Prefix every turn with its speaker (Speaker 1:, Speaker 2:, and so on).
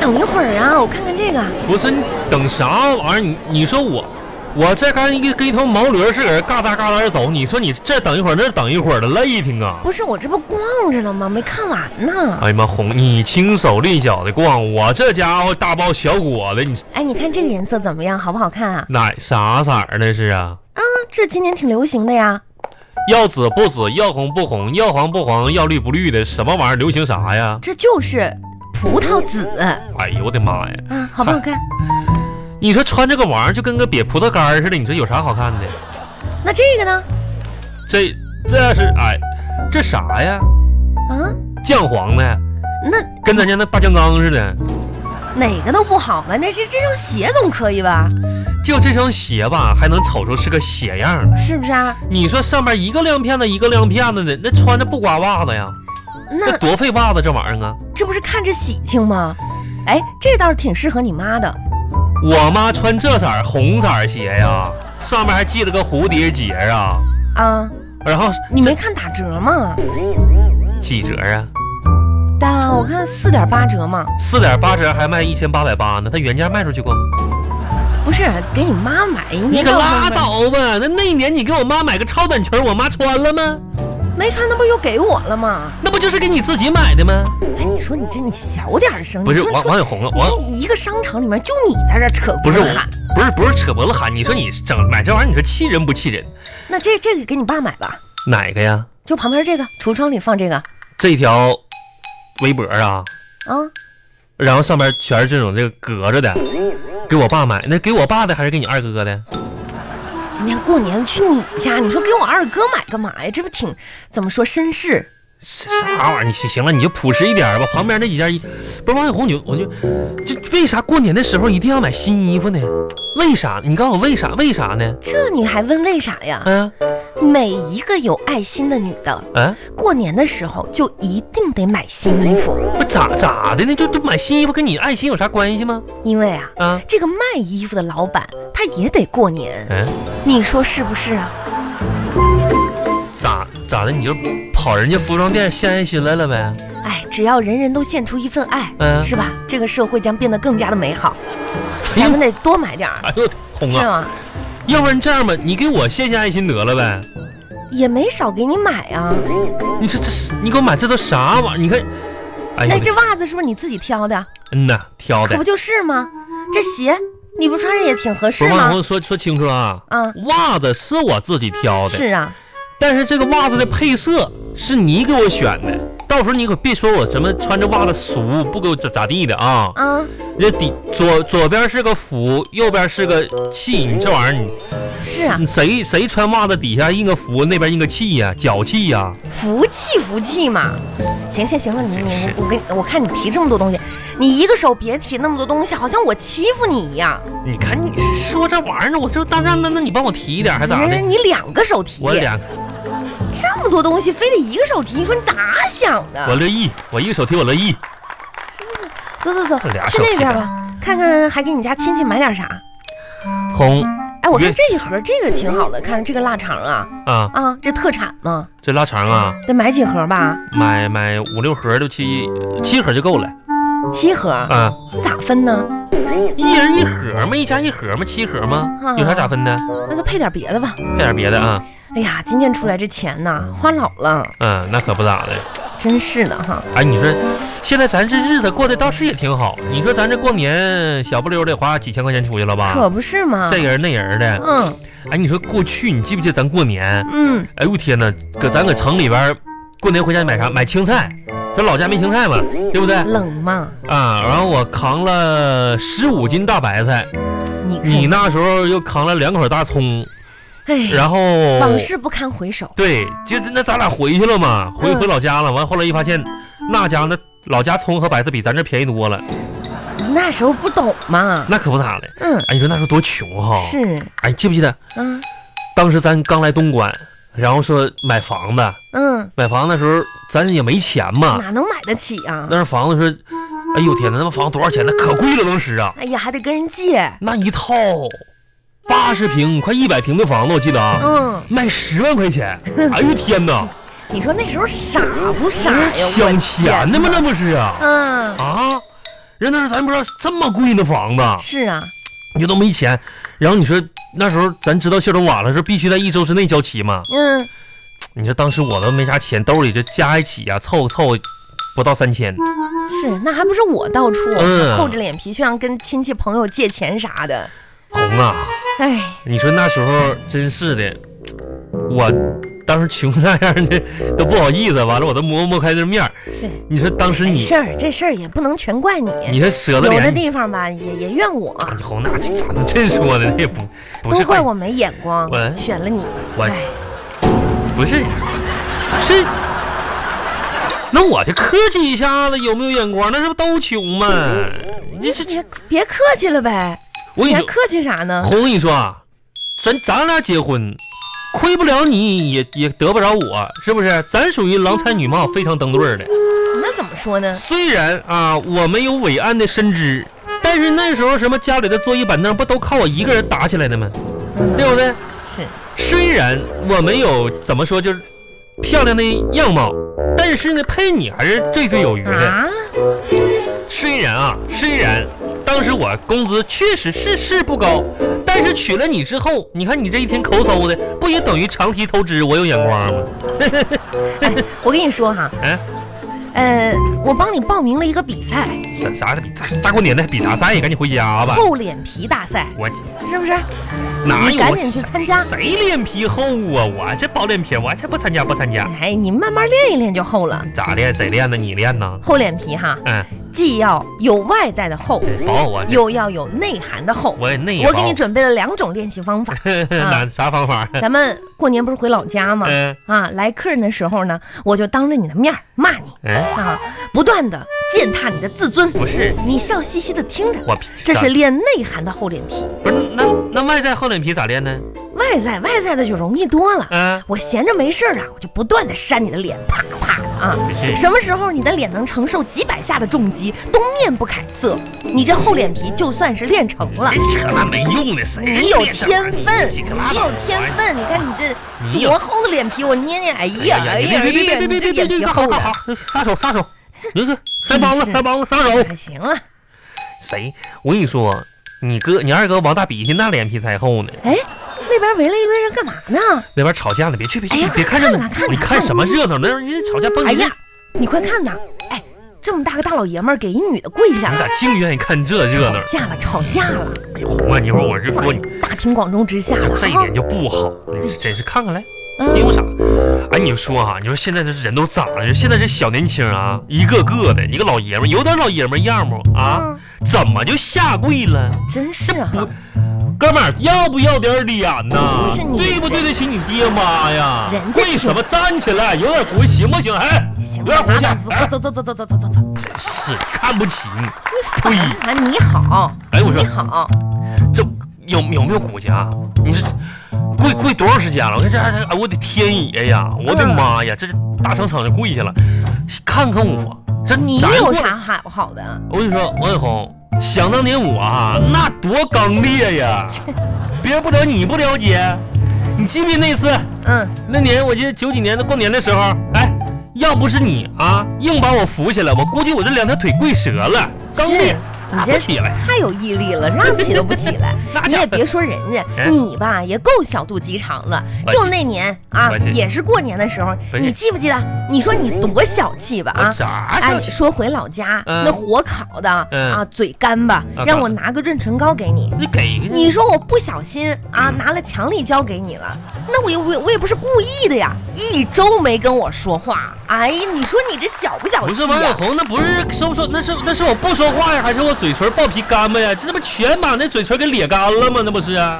Speaker 1: 等一会儿啊，我看看这个。
Speaker 2: 不是你等啥玩意儿？你你说我，我这刚一跟一头毛驴似的，嘎哒嘎哒走。你说你这等一会儿，那等一会儿的，累挺啊！
Speaker 1: 不是我这不逛着了吗？没看完呢。
Speaker 2: 哎呀妈，红，你轻手利脚的逛，我这家伙大包小裹的，你
Speaker 1: 哎，你看这个颜色怎么样？好不好看啊？
Speaker 2: 哪啥色儿的是啊？
Speaker 1: 啊，这今年挺流行的呀。
Speaker 2: 要紫不紫，要红不红，要黄不黄，要绿不绿的，什么玩意儿？流行啥呀？
Speaker 1: 这就是葡萄紫
Speaker 2: 哎呦我的妈呀！
Speaker 1: 啊，好不好看？
Speaker 2: 你说穿这个玩意儿就跟个瘪葡萄干儿似的，你说有啥好看的？
Speaker 1: 那这个呢？
Speaker 2: 这这是哎，这啥呀？
Speaker 1: 啊，
Speaker 2: 酱黄的，
Speaker 1: 那
Speaker 2: 跟咱家那大酱缸似的。
Speaker 1: 哪个都不好吧？那这这双鞋总可以吧？
Speaker 2: 就这双鞋吧，还能瞅出是个鞋样儿。
Speaker 1: 是不是啊？
Speaker 2: 你说上面一个亮片子一个亮片子的，那穿着不刮袜子呀？
Speaker 1: 那
Speaker 2: 那多费袜子这玩意儿啊！
Speaker 1: 这不是看着喜庆吗？哎，这倒是挺适合你妈的。
Speaker 2: 我妈穿这色儿红色儿鞋呀，上面还系了个蝴蝶结啊，
Speaker 1: 啊，
Speaker 2: 然后
Speaker 1: 你没看打折吗？
Speaker 2: 几折啊？
Speaker 1: 但我看四点八折嘛，
Speaker 2: 四点八折还卖一千八百八呢，它原价卖出去过吗？
Speaker 1: 不是给你妈买一
Speaker 2: 你
Speaker 1: 年
Speaker 2: 可
Speaker 1: 到头
Speaker 2: 拉
Speaker 1: 呗，
Speaker 2: 倒吧！那那一年你给我妈买个超短裙儿，我妈穿了吗？
Speaker 1: 没穿那不又给我了吗？
Speaker 2: 那不就是给你自己买的吗？
Speaker 1: 哎，你说你这你小点声，
Speaker 2: 不是
Speaker 1: 你说
Speaker 2: 王王小红了，
Speaker 1: 你
Speaker 2: 王
Speaker 1: 说你一个商场里面就你在这扯
Speaker 2: 不
Speaker 1: 不
Speaker 2: 是我
Speaker 1: 喊，
Speaker 2: 不是不是扯脖子喊，你说你整买这玩意儿，你说气人不气人？
Speaker 1: 那这这个给你爸买吧，
Speaker 2: 哪个呀？
Speaker 1: 就旁边这个橱窗里放这个啊，
Speaker 2: 这条围脖啊，然后上面全是这种这个隔着的，给我爸买，那给我爸的还是给你二哥的？
Speaker 1: 今年过年去你家，你说给我二哥买干嘛呀？这不挺怎么说绅士？
Speaker 2: 啥玩意儿？你行行了，你就朴实一点吧。旁边那几件衣，不是王小红，你就我就就为啥过年的时候一定要买新衣服呢？为啥？你告诉我为啥？为啥呢？
Speaker 1: 这你还问为啥呀？
Speaker 2: 嗯
Speaker 1: 每一个有爱心的女的，
Speaker 2: 嗯，
Speaker 1: 过年的时候就一定得买新衣服，
Speaker 2: 不咋咋的呢？就就买新衣服跟你爱心有啥关系吗？
Speaker 1: 因为啊，
Speaker 2: 啊
Speaker 1: 这个卖衣服的老板他也得过年，
Speaker 2: 嗯，
Speaker 1: 你说是不是啊？
Speaker 2: 咋咋的？你就跑人家服装店献爱心来了呗？
Speaker 1: 哎，只要人人都献出一份爱，
Speaker 2: 嗯
Speaker 1: 是吧？这个社会将变得更加的美好。
Speaker 2: 哎
Speaker 1: 咱
Speaker 2: 呦
Speaker 1: 们，得多买点儿，
Speaker 2: 哎呦，红
Speaker 1: 是
Speaker 2: 啊！
Speaker 1: 吗？
Speaker 2: 要不然这样吧，你给我献献爱心得了呗？嗯
Speaker 1: 也没少给你买啊。
Speaker 2: 哎你这这是你给我买这都啥玩意儿？你看，哎
Speaker 1: 那
Speaker 2: 呀，
Speaker 1: 这袜子是不是你自己挑的？
Speaker 2: 嗯呐，挑
Speaker 1: 可
Speaker 2: 的
Speaker 1: 不。就是吗？这鞋你不穿着也挺合
Speaker 2: 不
Speaker 1: 适
Speaker 2: 是王
Speaker 1: 吗？
Speaker 2: 红说说清楚啊，
Speaker 1: 啊，
Speaker 2: 袜子是我自己挑的，
Speaker 1: 是啊，
Speaker 2: 但是这个袜子的配色是你给我选的。到时候你可别说我什么穿着袜子俗，不给我咋咋地的啊！
Speaker 1: 啊，
Speaker 2: 这底左左边是个福，右边是个气，你这玩意儿你
Speaker 1: 是啊，
Speaker 2: 谁谁穿袜子底下印个福，那边印个气呀、脚气呀、
Speaker 1: 福气福气嘛。行行行了，你
Speaker 2: 真是
Speaker 1: 你我给你，我看你提这么多东西，你一个手别提那么多东西，好像我欺负你一样。
Speaker 2: 你看你说这玩意儿呢，我就大战那那你帮我提一点还咋
Speaker 1: 你
Speaker 2: 的？
Speaker 1: 你两个手提
Speaker 2: 嗯我，两
Speaker 1: 这么多东西非得一个手提，你说你咋想
Speaker 2: 我
Speaker 1: 的？
Speaker 2: 乐意，我一个手提我乐意。
Speaker 1: 走走走，
Speaker 2: 俩手
Speaker 1: 去那
Speaker 2: 提
Speaker 1: 边
Speaker 2: 的
Speaker 1: 吧，看看还给你家亲戚买点啥。
Speaker 2: 红
Speaker 1: 哎，我看
Speaker 2: 约
Speaker 1: 这一盒这个挺好的，看着这个腊肠啊
Speaker 2: 啊，
Speaker 1: 啊，这特产嘛，
Speaker 2: 这腊肠啊，
Speaker 1: 得买几盒吧？
Speaker 2: 买买五六盒六七七盒就够了
Speaker 1: 七盒，
Speaker 2: 啊，
Speaker 1: 咋分呢？
Speaker 2: 一人一盒嘛，一家一盒嘛，七盒嘛，有啥咋分的？
Speaker 1: 那就配点别的吧。
Speaker 2: 配点别的啊，
Speaker 1: 哎呀，今天出来这钱呐，花老了，
Speaker 2: 嗯，那可不咋的。
Speaker 1: 真是的哈。
Speaker 2: 哎，你说现在咱这日子过得倒是也挺好，你说咱这过年小不溜的花几千块钱出去了吧？
Speaker 1: 可不是嘛。
Speaker 2: 啊这人那人的，
Speaker 1: 嗯
Speaker 2: 哎，你说过去你记不记得咱过年？
Speaker 1: 嗯，
Speaker 2: 哎呦我天呐，搁咱搁城里边儿过年回家买啥？买青菜，这老家没青菜嘛，对不对？
Speaker 1: 冷嘛，
Speaker 2: 啊，然后我扛了十五斤大白菜，
Speaker 1: 你看
Speaker 2: 你那时候又扛了两口大葱，
Speaker 1: 哎，
Speaker 2: 然后
Speaker 1: 往事不堪回首。
Speaker 2: 对，就是那咱俩回去了嘛，回
Speaker 1: 嗯
Speaker 2: 回老家了，完后来一发现那家那老家葱和白菜比咱这便宜多了，
Speaker 1: 那时候不懂嘛。
Speaker 2: 那可不咋的。
Speaker 1: 嗯，
Speaker 2: 哎，你说那时候多穷哈、
Speaker 1: 是，
Speaker 2: 哎，记不记得
Speaker 1: 嗯
Speaker 2: 当时咱刚来东莞，然后说买房子，
Speaker 1: 嗯，
Speaker 2: 买房的时候咱也没钱嘛，
Speaker 1: 哪能买得起啊？
Speaker 2: 那房子说，哎呦天哪，那房多少钱？那可贵了，当时啊，
Speaker 1: 哎呀，还得跟人借。
Speaker 2: 那一套八十平，快一百平的房子，我记得啊，
Speaker 1: 嗯，
Speaker 2: 卖十万块钱， 哎呦天 哪，
Speaker 1: 你说那时候傻不傻呀？我
Speaker 2: 哎抢钱
Speaker 1: 天
Speaker 2: 的吗？那不是啊
Speaker 1: 嗯，
Speaker 2: 啊！人那时候咱不知道这么贵的房子，
Speaker 1: 是啊，
Speaker 2: 你都没钱，然后你说那时候咱知道信儿都晚了，说必须在一周之内交齐嘛。
Speaker 1: 嗯，
Speaker 2: 你说当时我都没啥钱，兜里这加一起啊，凑合凑合不到三千。
Speaker 1: 是，那还不是我到处
Speaker 2: 嗯
Speaker 1: 厚着脸皮去让跟亲戚朋友借钱啥的，
Speaker 2: 红啊，
Speaker 1: 哎，
Speaker 2: 你说那时候真是的，我当时穷那样的都不好意思，完了我都摸摸开这面儿
Speaker 1: 是
Speaker 2: 你说当时
Speaker 1: 没
Speaker 2: 你
Speaker 1: 事，儿，这事儿也不能全怪你，
Speaker 2: 你还舍得
Speaker 1: 哎有的
Speaker 2: 脸，
Speaker 1: 地方吧也也怨我，
Speaker 2: 啊你红那这咋能这说呢？那也不不
Speaker 1: 都
Speaker 2: 是
Speaker 1: 怪
Speaker 2: 哎
Speaker 1: 我没眼光
Speaker 2: 我，
Speaker 1: 选了你，
Speaker 2: 我
Speaker 1: 哎，
Speaker 2: 不是，是，那我就客气一下子，有没有眼光？那是不都穷吗？你这这，哎
Speaker 1: 别别客气了呗，
Speaker 2: 我跟你
Speaker 1: 你还
Speaker 2: 说，
Speaker 1: 客气啥呢？
Speaker 2: 红，我跟你说啊，咱咱俩结婚，亏不了你也也得不着我，是不是？咱属于郎才女貌，非常登对儿的。
Speaker 1: 那怎么说呢？
Speaker 2: 虽然啊，我没有伟岸的身姿，但是那时候什么家里的桌椅板凳不都靠我一个人打起来的吗？对不对？
Speaker 1: 是，
Speaker 2: 虽然我没有怎么说就是漂亮的样貌，但是呢，配你还是绰绰有余的。
Speaker 1: 啊，
Speaker 2: 虽然啊，虽然当时我工资确实是是不高，但是娶了你之后，你看你这一天抠搜的，不也等于长期透支？我有眼光吗？
Speaker 1: 哎，我跟你说哈，
Speaker 2: 哎，
Speaker 1: 呃，我帮你报名了一个比赛，
Speaker 2: 啥啥比大大过年的比啥赛呀？赶紧回家吧！
Speaker 1: 厚脸皮大赛，
Speaker 2: 我
Speaker 1: 是不是？
Speaker 2: 哪
Speaker 1: 你
Speaker 2: 有啊
Speaker 1: 赶
Speaker 2: 我
Speaker 1: 紧去参加
Speaker 2: 谁脸皮厚啊？我这薄脸皮，我这不参加不参加，
Speaker 1: 哎，你慢慢练一练就厚了。
Speaker 2: 咋练？谁练的？你练呢？
Speaker 1: 厚脸皮哈，
Speaker 2: 嗯，
Speaker 1: 既要有外在的厚，
Speaker 2: 薄我这
Speaker 1: 又要有内涵的厚。
Speaker 2: 我也那也
Speaker 1: 我给
Speaker 2: 薄
Speaker 1: 你准备了嗯两种练习方法。
Speaker 2: 那啥方法？
Speaker 1: 咱们过年不是回老家吗？
Speaker 2: 嗯
Speaker 1: 啊，来客人的时候呢，我就当着你的面儿骂你
Speaker 2: 嗯，
Speaker 1: 啊，不断的践踏你的自尊。
Speaker 2: 不是
Speaker 1: 你笑嘻嘻的听着，
Speaker 2: 我，
Speaker 1: 这是
Speaker 2: 咋
Speaker 1: 练内涵的厚脸皮。
Speaker 2: 不是那那外在厚脸皮咋练呢？
Speaker 1: 外在外在的就容易多了。
Speaker 2: 嗯，
Speaker 1: 我闲着没事儿啊，我就不断的扇你的脸，啪啪啊！
Speaker 2: 不是
Speaker 1: 什么时候你的脸能承受几百下的重击，都面不改色？你这厚脸皮就算是练成了，
Speaker 2: 这那没用的，谁
Speaker 1: 你有
Speaker 2: 练这玩意
Speaker 1: 天
Speaker 2: 儿
Speaker 1: 分，
Speaker 2: 你
Speaker 1: 你
Speaker 2: 可拉
Speaker 1: 有
Speaker 2: 倒吧哎
Speaker 1: 天分！你看你
Speaker 2: 你
Speaker 1: 这
Speaker 2: 有
Speaker 1: 多厚的脸皮，我捏捏，哎呀哎
Speaker 2: 你
Speaker 1: 呀哎
Speaker 2: 别别
Speaker 1: 呀，
Speaker 2: 别别
Speaker 1: 你
Speaker 2: 别
Speaker 1: 这脸
Speaker 2: 别
Speaker 1: 皮
Speaker 2: 别，
Speaker 1: 厚啊
Speaker 2: 好好
Speaker 1: 的
Speaker 2: 好，，撒手撒手，你这腮帮子腮帮子撒 手。
Speaker 1: 哎行了，
Speaker 2: 谁？我跟你说，你哥你二哥王大鼻涕那脸皮才厚呢。
Speaker 1: 哎，那边围了一堆人干嘛呢？
Speaker 2: 那边吵架呢，别去别
Speaker 1: 哎
Speaker 2: 去
Speaker 1: 呀，
Speaker 2: 别看热闹
Speaker 1: 看看看，
Speaker 2: 你看什么热闹？那边人吵架蹦
Speaker 1: 哎
Speaker 2: 迪
Speaker 1: 呀，，你快看呐！哎，这么大个大老爷们儿给一女的跪下
Speaker 2: 你
Speaker 1: 了，
Speaker 2: 咋净愿意看这热闹
Speaker 1: 吵？架了，吵架了。
Speaker 2: 哎呦，红啊，你一会儿我就说你
Speaker 1: 大庭广众之下了，
Speaker 2: 这一点就不好，你真是看看来，因
Speaker 1: 嗯，
Speaker 2: 为啥？哎，你说哈、你说现在这人都咋了？现在这小年轻啊，一个个的，你个老爷们儿有点老爷们儿样不
Speaker 1: 嗯
Speaker 2: 啊？怎么就下跪了？
Speaker 1: 真是啊，
Speaker 2: 哥们儿，要不要点脸呐？
Speaker 1: 不是你
Speaker 2: 对不对得起你爹妈呀？
Speaker 1: 人家
Speaker 2: 为什么站起来有点骨气行不行？哎，
Speaker 1: 行
Speaker 2: 有
Speaker 1: 了
Speaker 2: 点，骨
Speaker 1: 拉
Speaker 2: 气，
Speaker 1: 倒，走
Speaker 2: 哎，
Speaker 1: 走走走走走走走走，
Speaker 2: 真是看不起你。
Speaker 1: 反啊，你好，
Speaker 2: 哎我说
Speaker 1: 你好，
Speaker 2: 这有有没有骨气啊？你这跪跪多长时间了？我看这还哎，我的天爷呀！我的妈
Speaker 1: 嗯
Speaker 2: 呀！这是大商场就跪下了，看看我，这
Speaker 1: 你
Speaker 2: 咱
Speaker 1: 有
Speaker 2: 过
Speaker 1: 啥好好的？
Speaker 2: 我跟你说，王小红，想当年我啊，
Speaker 1: 嗯
Speaker 2: 那多刚烈呀！别人不了解你不了解，你记不记得那次？
Speaker 1: 嗯，
Speaker 2: 那年我记得九几年的过年的时候，哎，要不是你啊，硬把我扶起来，我估计我这两条腿跪折了，刚烈
Speaker 1: 是，你
Speaker 2: 打不
Speaker 1: 这
Speaker 2: 起来。
Speaker 1: 太有毅力了， 让起都不起来
Speaker 2: 那。家
Speaker 1: 你也别说人 家，
Speaker 2: 哎
Speaker 1: 你吧也够小肚鸡肠了。
Speaker 2: 我
Speaker 1: 就那年啊
Speaker 2: 我，是
Speaker 1: 也是过年的时候，
Speaker 2: 不是
Speaker 1: 你记不记得？你说你多小气吧
Speaker 2: 我
Speaker 1: 啊！
Speaker 2: 啥
Speaker 1: 哎，
Speaker 2: 时候？
Speaker 1: 说回老家
Speaker 2: 嗯
Speaker 1: 那火烤的
Speaker 2: 嗯
Speaker 1: 啊，嘴干吧，
Speaker 2: 啊
Speaker 1: 让
Speaker 2: 干
Speaker 1: 我拿个润唇膏给你。
Speaker 2: 你给个
Speaker 1: 你说我不小心啊，
Speaker 2: 嗯
Speaker 1: 拿了强力胶给你了，那我也我也我也不是故意的呀，一周没跟我说话，哎呀，你说你这小不小
Speaker 2: 不是
Speaker 1: 气
Speaker 2: 王小
Speaker 1: 呀、
Speaker 2: 红，那不是说说，那是那是我不说话呀，还是我嘴唇爆皮干巴呀？这不全把那嘴唇给咧干了吗？那不是啊。